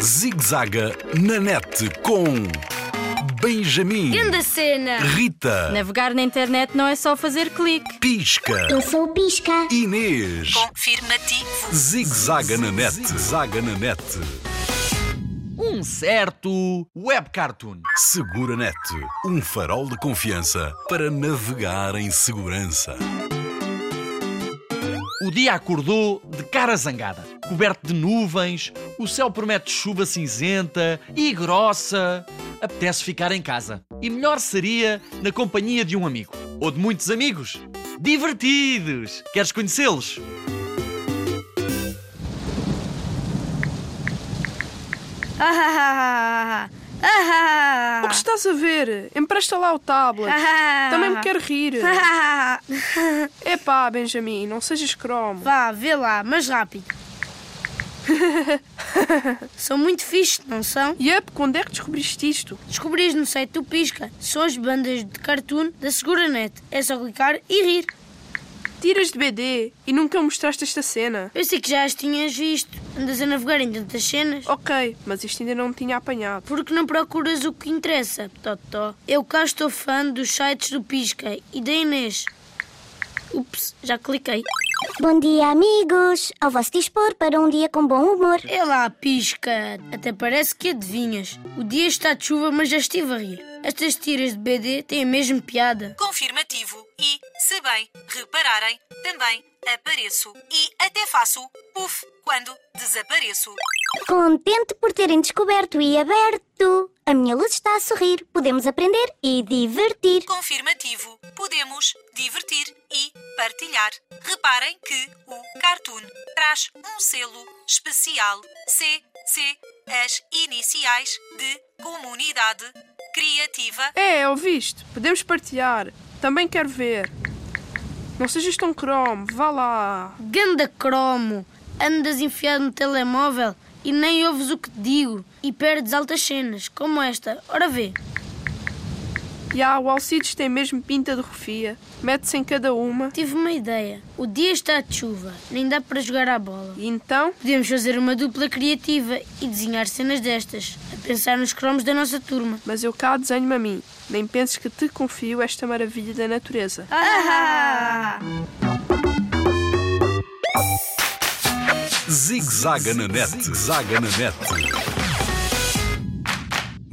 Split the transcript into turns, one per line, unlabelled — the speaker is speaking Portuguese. Zigzaga na net com Benjamin,
Grande cena!
Rita,
Navegar na internet não é só fazer clique.
Pisca,
Eu sou o Pisca.
Inês.
Confirmativo.
Zigzaga na net, zaga na net.
um certo web cartoon.
Segura net, um farol de confiança para navegar em segurança.
O dia acordou de cara zangada, coberto de nuvens, o céu promete chuva cinzenta e grossa. Apetece ficar em casa. E melhor seria na companhia de um amigo. Ou de muitos amigos. Divertidos! Queres conhecê-los?
Ah, ah, ah, ah, ah.
O que estás a ver? Empresta lá o tablet.
Ah.
Também me quero rir.
Ah,
Epá, Benjamin, não sejas cromo.
Vá, vê lá, mas rápido. são muito fixe, não são?
Yep, quando é que descobriste isto?
Descobris no site do Pisca. São as bandas de cartoon da Seguranet. É só clicar e rir.
Tiras de BD e nunca mostraste esta cena.
Eu sei que já as tinhas visto. Andas a navegar em tantas cenas.
Ok, mas isto ainda não me tinha apanhado.
Porque não procuras o que interessa, Totó. Eu cá estou fã dos sites do Pisca e da Inês. Ups, já cliquei.
Bom dia, amigos. Ao vosso dispor para um dia com bom humor.
É lá, pisca! Até parece que adivinhas. O dia está de chuva, mas já estive a rir. Estas tiras de BD têm a mesma piada.
Confirmativo. E, se bem repararem, também apareço. E até faço puff quando desapareço.
Contente por terem descoberto e aberto. A minha luz está a sorrir. Podemos aprender e divertir.
Confirmativo. Podemos divertir e partilhar. Reparem que o cartoon traz um selo especial CC, as iniciais de Comunidade Criativa.
É, ouviste? Podemos partilhar. Também quero ver. Não sejas tão cromo, vá lá.
Ganda cromo! Andas enfiado no telemóvel e nem ouves o que te digo. E perdes altas cenas, como esta. Ora vê.
E ah, o Alcides tem mesmo pinta de rufia. Mete-se em cada uma.
Tive uma ideia. O dia está de chuva, nem dá para jogar à bola.
E então,
Podemos fazer uma dupla criativa e desenhar cenas destas, a pensar nos cromos da nossa turma.
mas eu cá desenho-me a mim. Nem penses que te confio esta maravilha da natureza.
Zigzaga na net, zaga na net.